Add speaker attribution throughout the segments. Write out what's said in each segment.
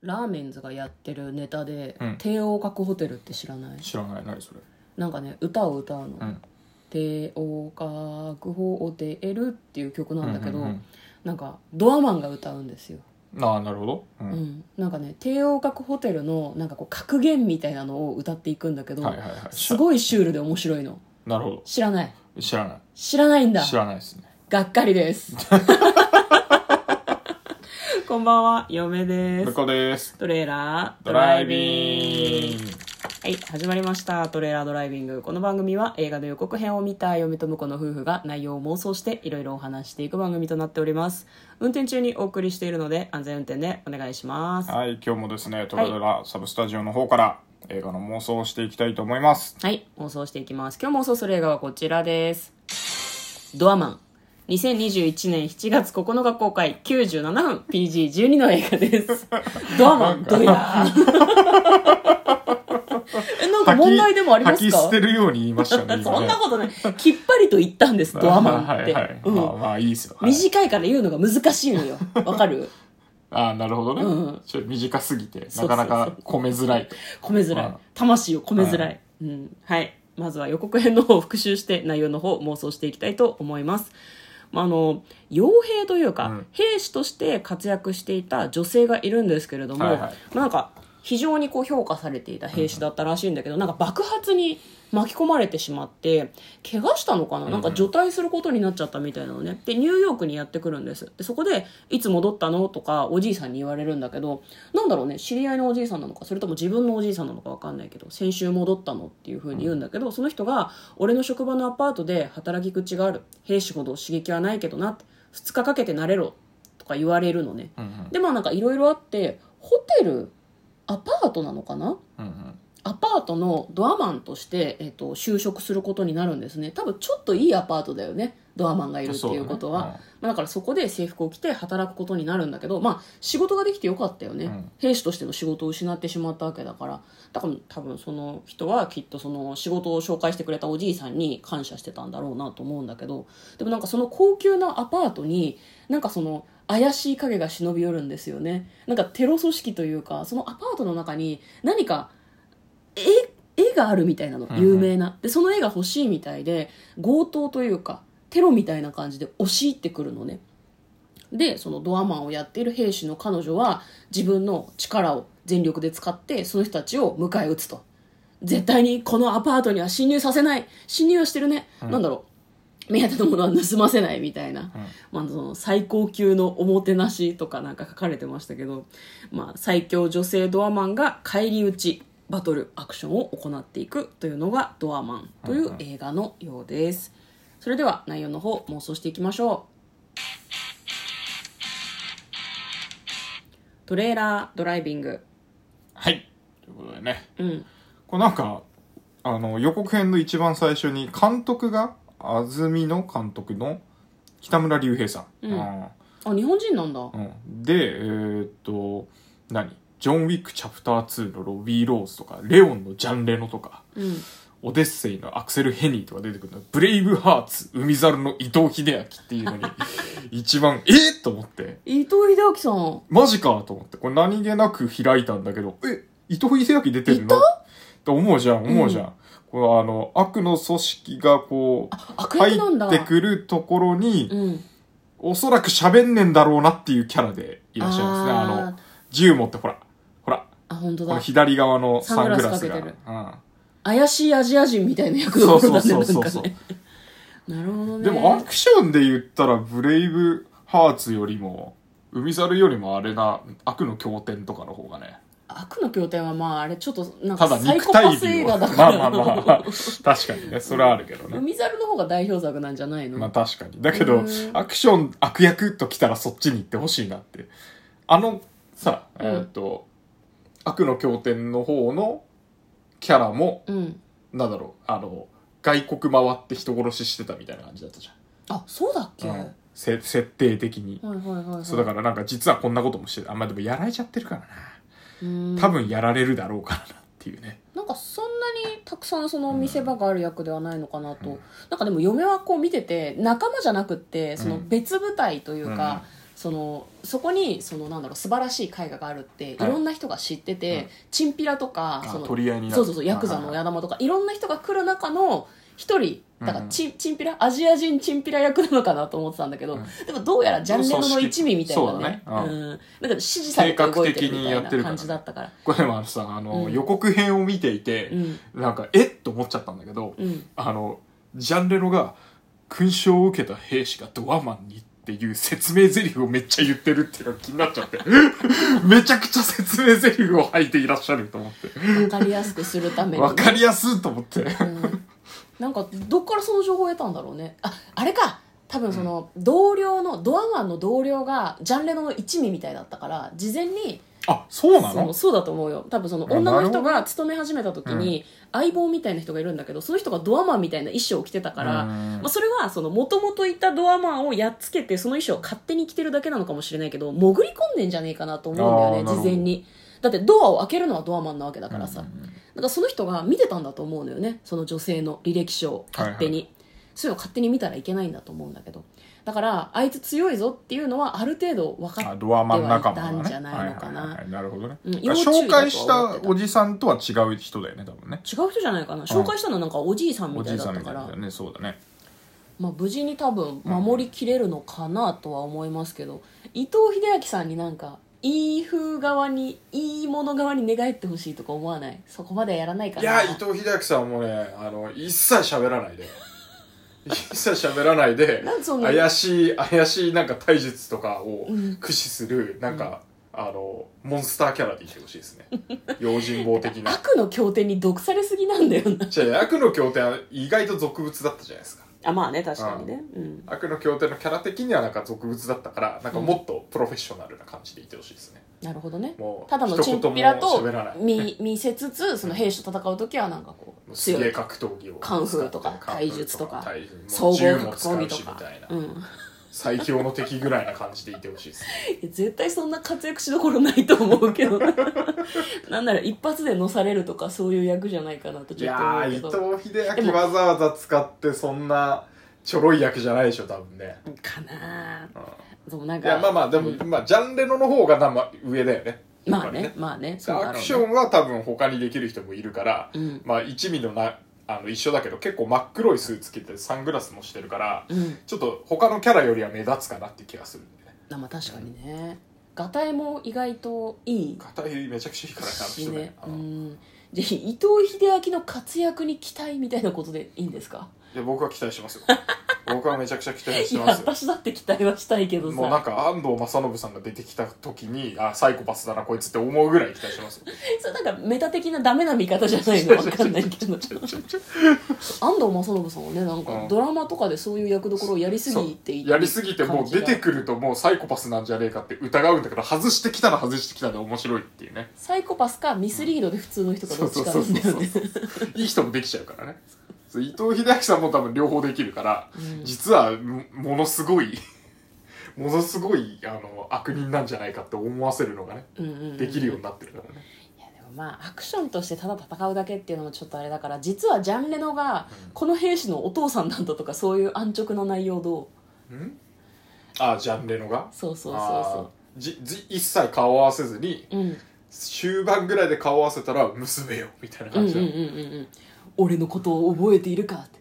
Speaker 1: ラーメンズがやってるネタで
Speaker 2: うん
Speaker 1: 「帝王閣ホテル」って知らない
Speaker 2: 知らない何それ
Speaker 1: なんかね歌を歌うの
Speaker 2: うん
Speaker 1: 「帝王閣ホテル」っていう曲なんだけど
Speaker 2: ううん
Speaker 1: なんかドアマンが歌うんですよ
Speaker 2: うんああなるほどう
Speaker 1: うんんなんかね帝王閣ホテルのなんかこう格言みたいなのを歌っていくんだけど
Speaker 2: はいはいはい
Speaker 1: すごいシュールで面白いの
Speaker 2: なるほ
Speaker 1: 知らない
Speaker 2: ど知らな
Speaker 1: 知らないんだ
Speaker 2: い知らないですね
Speaker 1: がっかりです こんばんは嫁で
Speaker 2: 向こうです
Speaker 1: トレーラー
Speaker 2: ドライビング
Speaker 1: はい始まりましたトレーラードライビングこの番組は映画の予告編を見た嫁と婿の夫婦が内容を妄想していろいろお話していく番組となっております運転中にお送りしているので安全運転でお願いしますは
Speaker 2: はい今日もですねトレドラサブスタジオの方から映画の妄想をしていきたいと思います
Speaker 1: い妄想していきます今日妄想する映画はこちらですドアマン2021年7月9日公開97分 PG12 の映画です。ドアマン、ドヤー。え、なんか問題でもあります
Speaker 2: 吐
Speaker 1: か
Speaker 2: き捨てるように言い ましたね今ね
Speaker 1: そんなことない。きっぱりと言ったんです、ドアマンって。
Speaker 2: はいはい、
Speaker 1: うん
Speaker 2: まあまあいいですよ、はい
Speaker 1: 短いから言うのが難しいのよ。わか る
Speaker 2: ああなるほどね、
Speaker 1: うん
Speaker 2: ちょっと短すぎて
Speaker 1: そ
Speaker 2: な
Speaker 1: うそうそう
Speaker 2: かなか込めづらいと
Speaker 1: 込めづら
Speaker 2: う
Speaker 1: い
Speaker 2: ん。
Speaker 1: 魂を込めづら。
Speaker 2: はい
Speaker 1: うん。はい。まずは予告編の方を復習して内容の方を妄想していきたいと思います。まあ、あの、傭兵というか、
Speaker 2: うん
Speaker 1: 兵士として活躍していた女性がいるんですけれども、
Speaker 2: はいはい
Speaker 1: まあなんか、非常にこう評価されていた兵士だったらしいんだけど、なんか爆発に巻き込まれてしまって、怪我したのかな、なんか除隊することになっちゃったみたいなのね。で、ニューヨークにやってくるんです。で、そこで、いつ戻ったのとか、おじいさんに言われるんだけど、なんだろうね、知り合いのおじいさんなのか、それとも自分のおじいさんなのかわかんないけど、先週戻ったのっていうふうに言うんだけど、その人が、俺の職場のアパートで働き口がある。兵士ほど刺激はないけどなって、2日かけて慣れろ。とか言われるのね。
Speaker 2: うんうん
Speaker 1: で、まあなんかいろいろあって、ホテル、アパートなのかな
Speaker 2: うんうん
Speaker 1: アパートのドアマンとして、えっと就職することになるんですね多分ちょっといいアパートだよねドアマンがいるっていうことは、
Speaker 2: そうだね
Speaker 1: まあ、だからそこで制服を着て働くことになるんだけど、まあ、仕事ができてよかったよね、
Speaker 2: うん
Speaker 1: 兵士としての仕事を失ってしまったわけだからだから多分その人はきっとその仕事を紹介してくれたおじいさんに感謝してたんだろうなと思うんだけどでもなんかその高級なアパートになんかその怪しい影が忍び寄るんですよねなんかテロ組織というかそのアパートの中に何か絵絵があるみたいなの
Speaker 2: うんうん
Speaker 1: 有名な、でその絵が欲しいみたいで強盗というかテロみたいな感じで押し入ってくるのねでそのドアマンをやっている兵士の彼女は自分の力を全力で使ってその人たちを迎え撃つと絶対にこのアパートには侵入させない侵入はしてるね、
Speaker 2: うん
Speaker 1: なんだろう目当てのものは盗ませないみたいな、
Speaker 2: うん
Speaker 1: まあ、その最高級のおもてなしとかなんか書かれてましたけど、まあ、最強女性ドアマンが返り討ちバトルアクションを行っていくというのが「ドアマン」という映画のようですそれでは内容の方妄想していきましょうトレーラードライビング
Speaker 2: はいということでね
Speaker 1: うん
Speaker 2: これなんかあの予告編の一番最初に監督が安住の監督の北村隆平さん、
Speaker 1: うん
Speaker 2: あ
Speaker 1: あ日本人なんだ
Speaker 2: ーうんでえーっと何ジョン・ウィックチャプター2のロビー・ローズとかレオンのジャン・レノとか
Speaker 1: うん
Speaker 2: オデッセイのアクセル・ヘニーとか出てくるのブレイブ・ハーツ海猿の伊藤英明っていうの に一番えっと思って
Speaker 1: 伊藤英明さん
Speaker 2: マジかと思ってこれ何気なく開いたんだけどえ伊藤英明出てるの
Speaker 1: い
Speaker 2: って思うじゃん思うじゃん、これあの悪の組織がこう
Speaker 1: 悪
Speaker 2: 入
Speaker 1: 役なんだ
Speaker 2: ってくるところに、
Speaker 1: うん
Speaker 2: おそらく喋んねんだろうなっていうキャラでい
Speaker 1: い
Speaker 2: らっしゃいますねあの銃持ってほらほら
Speaker 1: あ本当
Speaker 2: この
Speaker 1: だ
Speaker 2: 左側のサ
Speaker 1: サ
Speaker 2: ン
Speaker 1: ン
Speaker 2: グ
Speaker 1: グ
Speaker 2: ラ
Speaker 1: ラ
Speaker 2: ス
Speaker 1: ス
Speaker 2: が
Speaker 1: かけてる怪しいアジア人みたいな
Speaker 2: う
Speaker 1: 役
Speaker 2: ん、そ
Speaker 1: ど
Speaker 2: う
Speaker 1: ころだ
Speaker 2: そう
Speaker 1: ね
Speaker 2: そう
Speaker 1: な
Speaker 2: そ
Speaker 1: ん
Speaker 2: う
Speaker 1: か
Speaker 2: そう
Speaker 1: ねなるほどね
Speaker 2: でもアクションで言ったらブレイブハーツよりも海猿よりもあれな悪の経典とかの方がね
Speaker 1: 悪の経典はまああれちょっとなん
Speaker 2: た
Speaker 1: か
Speaker 2: だ
Speaker 1: サイ
Speaker 2: 肉
Speaker 1: コパ
Speaker 2: 体
Speaker 1: ス
Speaker 2: 美
Speaker 1: 映
Speaker 2: を
Speaker 1: 画
Speaker 2: ま
Speaker 1: だ
Speaker 2: あ
Speaker 1: から
Speaker 2: まあまあまあ確かにねそれはあるけどね
Speaker 1: 海猿の方が代表作なんじゃないの、
Speaker 2: まあ確かにだけど
Speaker 1: うん
Speaker 2: アクション悪役ときたらそっちに行ってほしいなってあのさえ
Speaker 1: うん
Speaker 2: ーっと、悪の経典の方のキャラも
Speaker 1: うん
Speaker 2: なんだろうあの外国回って人殺ししてたみたいな感じだったじ
Speaker 1: あそうだっ
Speaker 2: ゃ
Speaker 1: け、
Speaker 2: ん、
Speaker 1: はい
Speaker 2: うんせ設定的に、
Speaker 1: はいはいはい
Speaker 2: そうだからなんか実はこんなこともしてたあんまあでもやられちゃってるからな多分やられるだろうからなっていうね
Speaker 1: なんかそんなにたくさんその見せ場がある役ではないのかなと、なんかでも嫁はこう見てて仲間じゃなくってその別部隊というか、そのそこにそのなんだろう素晴らしい絵画があるってい
Speaker 2: はい
Speaker 1: ろんな人が知ってて、
Speaker 2: うん
Speaker 1: チンピラとか
Speaker 2: あ
Speaker 1: その
Speaker 2: 取り合いになる
Speaker 1: そうそうそうヤクザの親玉とかいろんな人が来る中の一人だからチン,、チンピラアジア人チンピラ役なのかなと思ってたんだけど、
Speaker 2: うん
Speaker 1: でもどうやらジャンルの一味みたいなね
Speaker 2: そうだねう
Speaker 1: うん、なんか指示されて動いてるみた
Speaker 2: 計画的にやっ
Speaker 1: い
Speaker 2: て
Speaker 1: な
Speaker 2: るからね
Speaker 1: 感じだったから
Speaker 2: これでもあのさあの、
Speaker 1: うん
Speaker 2: 予告編を見ていて、
Speaker 1: うん
Speaker 2: なんかえっと思っちゃったんだけど、
Speaker 1: うん
Speaker 2: あのジャンレロが勲章を受けた兵士がドアマンにっていう説明台詞をめっちゃ言ってるっていうのが気になっちゃって めちゃくちゃ説明台詞を吐いていらっしゃると思って
Speaker 1: わかりやすくするため にね
Speaker 2: わかりやすいと思って
Speaker 1: うんなんかどっからその情報を得たんだろうねああれか多分その同僚のドアマンの同僚がジャンレノの一味みたいだったから事前に
Speaker 2: あそうな
Speaker 1: その
Speaker 2: の
Speaker 1: そうだと思うよ多分その
Speaker 2: あ
Speaker 1: 女の人
Speaker 2: な
Speaker 1: が勤め始めた時に相棒みたいな人がいるんだけどその人がドアマンみたいな衣装を着てたから、
Speaker 2: うん
Speaker 1: まあ、それはその元々いたドアマンをやっつけてその衣装を勝手に着てるだけなのかもしれないけど潜り込んでんじゃねえかなと思うんだよ
Speaker 2: あー
Speaker 1: ね
Speaker 2: なるほ
Speaker 1: 事
Speaker 2: ど
Speaker 1: 前にだってドアを開けるのはドアマンなわけだからさ、
Speaker 2: うん
Speaker 1: なんかその人が見てたんだと思うのよねその女性の履歴書を勝手に、
Speaker 2: は
Speaker 1: そういうの勝手に見たらいけないんだと思うんだけどだからあいつ強いぞっていうのはある程度分か
Speaker 2: あ
Speaker 1: っ
Speaker 2: ドアマン仲間
Speaker 1: ではい
Speaker 2: が
Speaker 1: たん
Speaker 2: ね
Speaker 1: じゃないのかな
Speaker 2: はいはいはいなるほどね、
Speaker 1: うん
Speaker 2: だから
Speaker 1: 要注意だとは思っ
Speaker 2: 紹
Speaker 1: てた
Speaker 2: 介したおじさんとは違う人だよね多分ね
Speaker 1: 違う人じゃないかな紹介したのはなんかおじいさん
Speaker 2: お
Speaker 1: みた
Speaker 2: じ
Speaker 1: い
Speaker 2: い
Speaker 1: だっ
Speaker 2: さん
Speaker 1: た
Speaker 2: みた
Speaker 1: か
Speaker 2: い
Speaker 1: ら
Speaker 2: だよねそうだね
Speaker 1: まあ、無事に多分守りきれるのかなとは思いますけど、伊藤英明さんになんかいい風側にいいもの側に寝返ってほしいとか思わないそこまではやらないか
Speaker 2: い
Speaker 1: な
Speaker 2: や伊藤英明さんもねあの一切喋らな いで一切喋らないで
Speaker 1: なんでそんな
Speaker 2: 怪しい怪しいなんか体術とかを
Speaker 1: うん
Speaker 2: 駆使する、なんか、あのモンスターキャラでいてほしいですね用心棒的な
Speaker 1: 悪の経典に毒されすぎなんだよ な
Speaker 2: じゃあ悪の経典は意外と俗物だったじゃないですか
Speaker 1: あまあね確かにねうん
Speaker 2: 悪の経典のキャラ的にはなんか俗物だったからなんかもっとプロフェッショナルな感じでいてほしいですね、
Speaker 1: なるほどね
Speaker 2: もう
Speaker 1: ただのチンピラと
Speaker 2: 一言も喋らない
Speaker 1: 見見せつつその兵士と戦う時はなんかこ う
Speaker 2: すげ
Speaker 1: 強
Speaker 2: え
Speaker 1: い
Speaker 2: 格闘技を
Speaker 1: カンフーとか
Speaker 2: カンフ
Speaker 1: 体術とか
Speaker 2: 体術もう
Speaker 1: 総合
Speaker 2: 銃
Speaker 1: 格
Speaker 2: も使
Speaker 1: 闘技
Speaker 2: う
Speaker 1: と
Speaker 2: しみ
Speaker 1: か
Speaker 2: たいな、
Speaker 1: うん
Speaker 2: 最強の敵ぐらいな感じでいてほし いですね
Speaker 1: いや絶対そんな活躍しどころないと思うけ どなんなら一発でのされるとかそういう役じゃないかなと
Speaker 2: い
Speaker 1: ちょっと
Speaker 2: や
Speaker 1: 思うけど
Speaker 2: ー伊藤英明わざわざ使ってそんなちょろい役じゃないでしょ多分ね、
Speaker 1: かな
Speaker 2: うん
Speaker 1: ーでもなん
Speaker 2: い
Speaker 1: か
Speaker 2: やまあまあでも、
Speaker 1: うん
Speaker 2: まあジャンレノの方がな、まあ、上だよね
Speaker 1: まあ
Speaker 2: やっぱり
Speaker 1: ねまあねそうだろ
Speaker 2: ア
Speaker 1: う
Speaker 2: ク
Speaker 1: ね
Speaker 2: ションは多分他にできる人もいるから、
Speaker 1: うん
Speaker 2: まあ一味のなあの一緒だけど結構真っ黒いスーツ着てサングラスもしてるから、
Speaker 1: うん
Speaker 2: ちょっと他のキャラよりは目立つかなって気がするんでね
Speaker 1: あまあ確かにねガタイも意外といい
Speaker 2: 片襟めちゃくちゃいいからねあの
Speaker 1: し
Speaker 2: 人
Speaker 1: ね
Speaker 2: ね、
Speaker 1: う
Speaker 2: うんい
Speaker 1: んぜひ伊藤英明の活躍に期待みたいなことでいいんですか
Speaker 2: や僕は期待しますよ僕はめちゃくちゃ期待し
Speaker 1: いや
Speaker 2: ますよ
Speaker 1: 私だって期待はしたいけどさ
Speaker 2: もうなんか安藤正信さんが出てきた時にあサイコパスだなこいつって思うぐらい期待 しますよ
Speaker 1: それなんかメタ的なダメな見方じゃないのわかんないけど安藤正信さんはねなん
Speaker 2: う
Speaker 1: か
Speaker 2: ん
Speaker 1: ドラマとかでそういう役どころをやりすぎてい
Speaker 2: そうやりすぎてもう出てくるともうサイコパスなんじゃねえかって疑うんだけど外してきたら外してきたで面白いってい うね
Speaker 1: サイコパスかミスリードで普通の人か
Speaker 2: そ
Speaker 1: ど
Speaker 2: う
Speaker 1: っ
Speaker 2: そ
Speaker 1: ち
Speaker 2: う
Speaker 1: か
Speaker 2: そ
Speaker 1: な
Speaker 2: うん
Speaker 1: だ
Speaker 2: そ
Speaker 1: よ
Speaker 2: う
Speaker 1: ね
Speaker 2: そういい人もできちゃうからねそう伊藤英明さんも多分両方できるから、
Speaker 1: うん
Speaker 2: 実はもものすごい ものすごいあの悪人なんじゃないかって思わせるのがね
Speaker 1: うんうんうん
Speaker 2: できるようになってるからね、
Speaker 1: いやでもまあアクションとしてただ戦うだけっていうのもちょっとあれだから実はジャンレノがこの兵士のお父さんなんだとかそういう安直な内容ど
Speaker 2: うんあジャンレノが
Speaker 1: うそうそう
Speaker 2: あ
Speaker 1: そ
Speaker 2: ーじじ一切顔を合わせずに
Speaker 1: うそううん
Speaker 2: 終盤ぐらいで顔を合わせたら娘よみたいな
Speaker 1: うんう
Speaker 2: 感
Speaker 1: ん
Speaker 2: じ
Speaker 1: う
Speaker 2: で、
Speaker 1: んうんうん俺のことを覚えているかって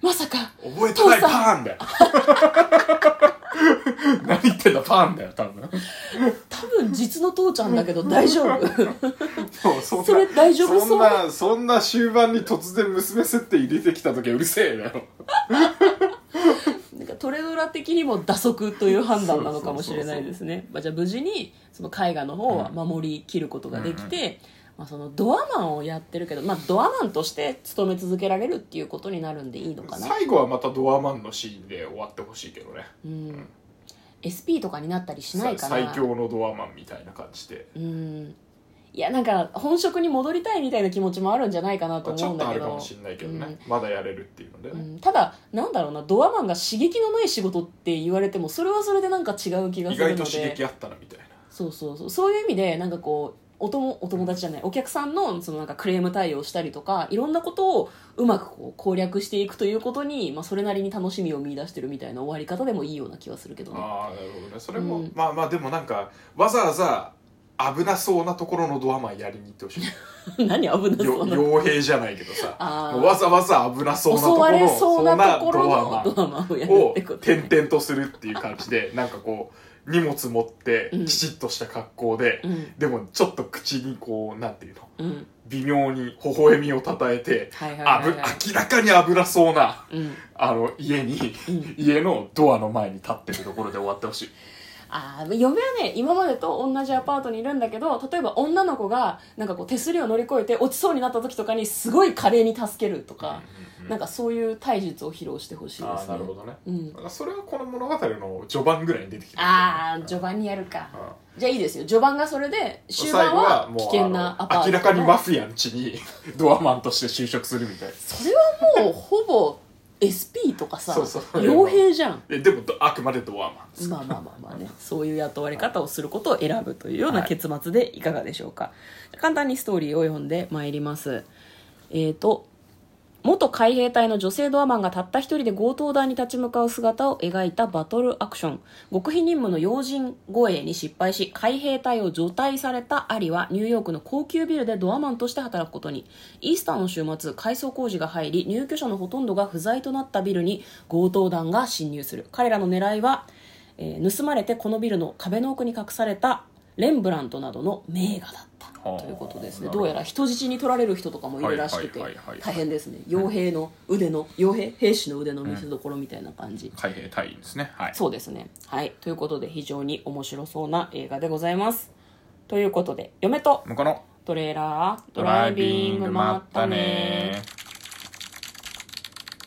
Speaker 1: まさか
Speaker 2: 覚えてない
Speaker 1: 父
Speaker 2: パ
Speaker 1: さ
Speaker 2: ーンだよ何言ってんだパーンだよ多分も
Speaker 1: 多分実の父ちゃんだけど大丈夫
Speaker 2: うそんな
Speaker 1: それ大丈夫そう
Speaker 2: そんなそんな終盤に突然娘設定入れてきた時はうるせえだよ
Speaker 1: なんかトレドラ的にも打足という判断なのかもしれないですねまあじゃあ無事にその絵画の方は守りきることができて、まあ、そのドアマンをやってるけど、まあ、ドアマンとして勤め続けられるっていうことになるんでいいのかな、
Speaker 2: 最後はまたドアマンのシーンで終わってほしいけどね
Speaker 1: うん、SP とかになったりしないか
Speaker 2: さ
Speaker 1: な
Speaker 2: 最強のドアマンみたいな感じで
Speaker 1: うんいやなんか本職に戻りたいみたいな気持ちもあるんじゃないかなと
Speaker 2: ち
Speaker 1: 思
Speaker 2: ょ
Speaker 1: うん
Speaker 2: っ
Speaker 1: だ
Speaker 2: とあ
Speaker 1: け
Speaker 2: るか
Speaker 1: ど
Speaker 2: もしれないけどね、まだやれるっていうのでね、
Speaker 1: うん、ただなんだろうなドアマンが刺激のない仕事って言われてもそれはそれでなんか違う気が
Speaker 2: 意
Speaker 1: するので
Speaker 2: 外と刺激あったなみたいな
Speaker 1: そうそうそうそういう意味でなんかこうおともお友達じゃないお客さんのそのなんかクレーム対応したりとかいろんなことをうまくこう攻略していくということに、まあ、それなりに楽しみを見出してるみたいな終わり方でもいいような気はするけどね
Speaker 2: ああなるほどねそれも、
Speaker 1: うん
Speaker 2: まあまあでもなんかわざわざ危なそうなところのドアマンやりに行って ほしい
Speaker 1: 何危なそ
Speaker 2: よ
Speaker 1: うな
Speaker 2: 傭兵じゃないけどさ
Speaker 1: あー
Speaker 2: わざわざ危なそうな
Speaker 1: 襲
Speaker 2: とこ
Speaker 1: わ
Speaker 2: ろ
Speaker 1: れそうなところ
Speaker 2: そんな
Speaker 1: の
Speaker 2: ドアマン
Speaker 1: ドラマをやる
Speaker 2: を
Speaker 1: ってことね
Speaker 2: 転々とするっていう感じでなんかこう荷物持って
Speaker 1: うん
Speaker 2: きちっとした格好で、
Speaker 1: うん
Speaker 2: でもちょっと口にこうなんていうの
Speaker 1: うん
Speaker 2: 微妙に微笑みをたたえて、
Speaker 1: はいはい
Speaker 2: あ
Speaker 1: はい、
Speaker 2: ぶ
Speaker 1: はい
Speaker 2: 明らかに危なそうな
Speaker 1: うん、
Speaker 2: あの家に、
Speaker 1: うん
Speaker 2: 家のドアの前に立ってるところで終わってほしい
Speaker 1: あー嫁はね今までと同じアパートにいるんだけど例えば女の子がなんかこう手すりを乗り越えて落ちそうになった時とかにすごい華麗に助けるとか、なんかそういう体術を披露してほしいで
Speaker 2: あ
Speaker 1: すね
Speaker 2: あなるほどね、
Speaker 1: うん
Speaker 2: だからそれはこの物語の序盤ぐらいに出てきてる
Speaker 1: ああ序盤にやるか
Speaker 2: うん
Speaker 1: じゃあいいですよ序盤がそれで終
Speaker 2: 最
Speaker 1: 盤
Speaker 2: 後は
Speaker 1: は
Speaker 2: もう
Speaker 1: 危険なアパー
Speaker 2: あ
Speaker 1: ト
Speaker 2: の明らかにマフィアの地にドアマンとして就職するみたいな
Speaker 1: それはもうほぼ SP とかさ
Speaker 2: そうそう
Speaker 1: 傭兵じゃん
Speaker 2: えでもどあくまでドアマンです
Speaker 1: まあまあまあまあねそういう雇われ方をすることを選ぶというような結末でいかがでしょうか、簡単にストーリーを読んでまいりますえー、と元海兵隊の女性ドアマンがたった一人で強盗団に立ち向かう姿を描いたバトルアクション極秘任務の要人護衛に失敗し海兵隊を除隊されたアリはニューヨークの高級ビルでドアマンとして働くことにイースターの週末改装工事が入り入居者のほとんどが不在となったビルに強盗団が侵入する彼らの狙いは、えー盗まれてこのビルの壁の奥に隠されたレンブラントなどの名画だった
Speaker 2: はあ
Speaker 1: ということですね
Speaker 2: なる
Speaker 1: ど
Speaker 2: ほど
Speaker 1: うやら人質に取られる人とかもいるらしくて
Speaker 2: はいはいはいはい
Speaker 1: 大変ですね傭兵の腕の傭兵兵士の腕の見せ所みたいな感じ、
Speaker 2: 海兵隊員ですねはい
Speaker 1: そうですねはいということで非常に面白そうな映画でございますということで嫁と
Speaker 2: 向こうの
Speaker 1: トレーラードライビングまったね
Speaker 2: ー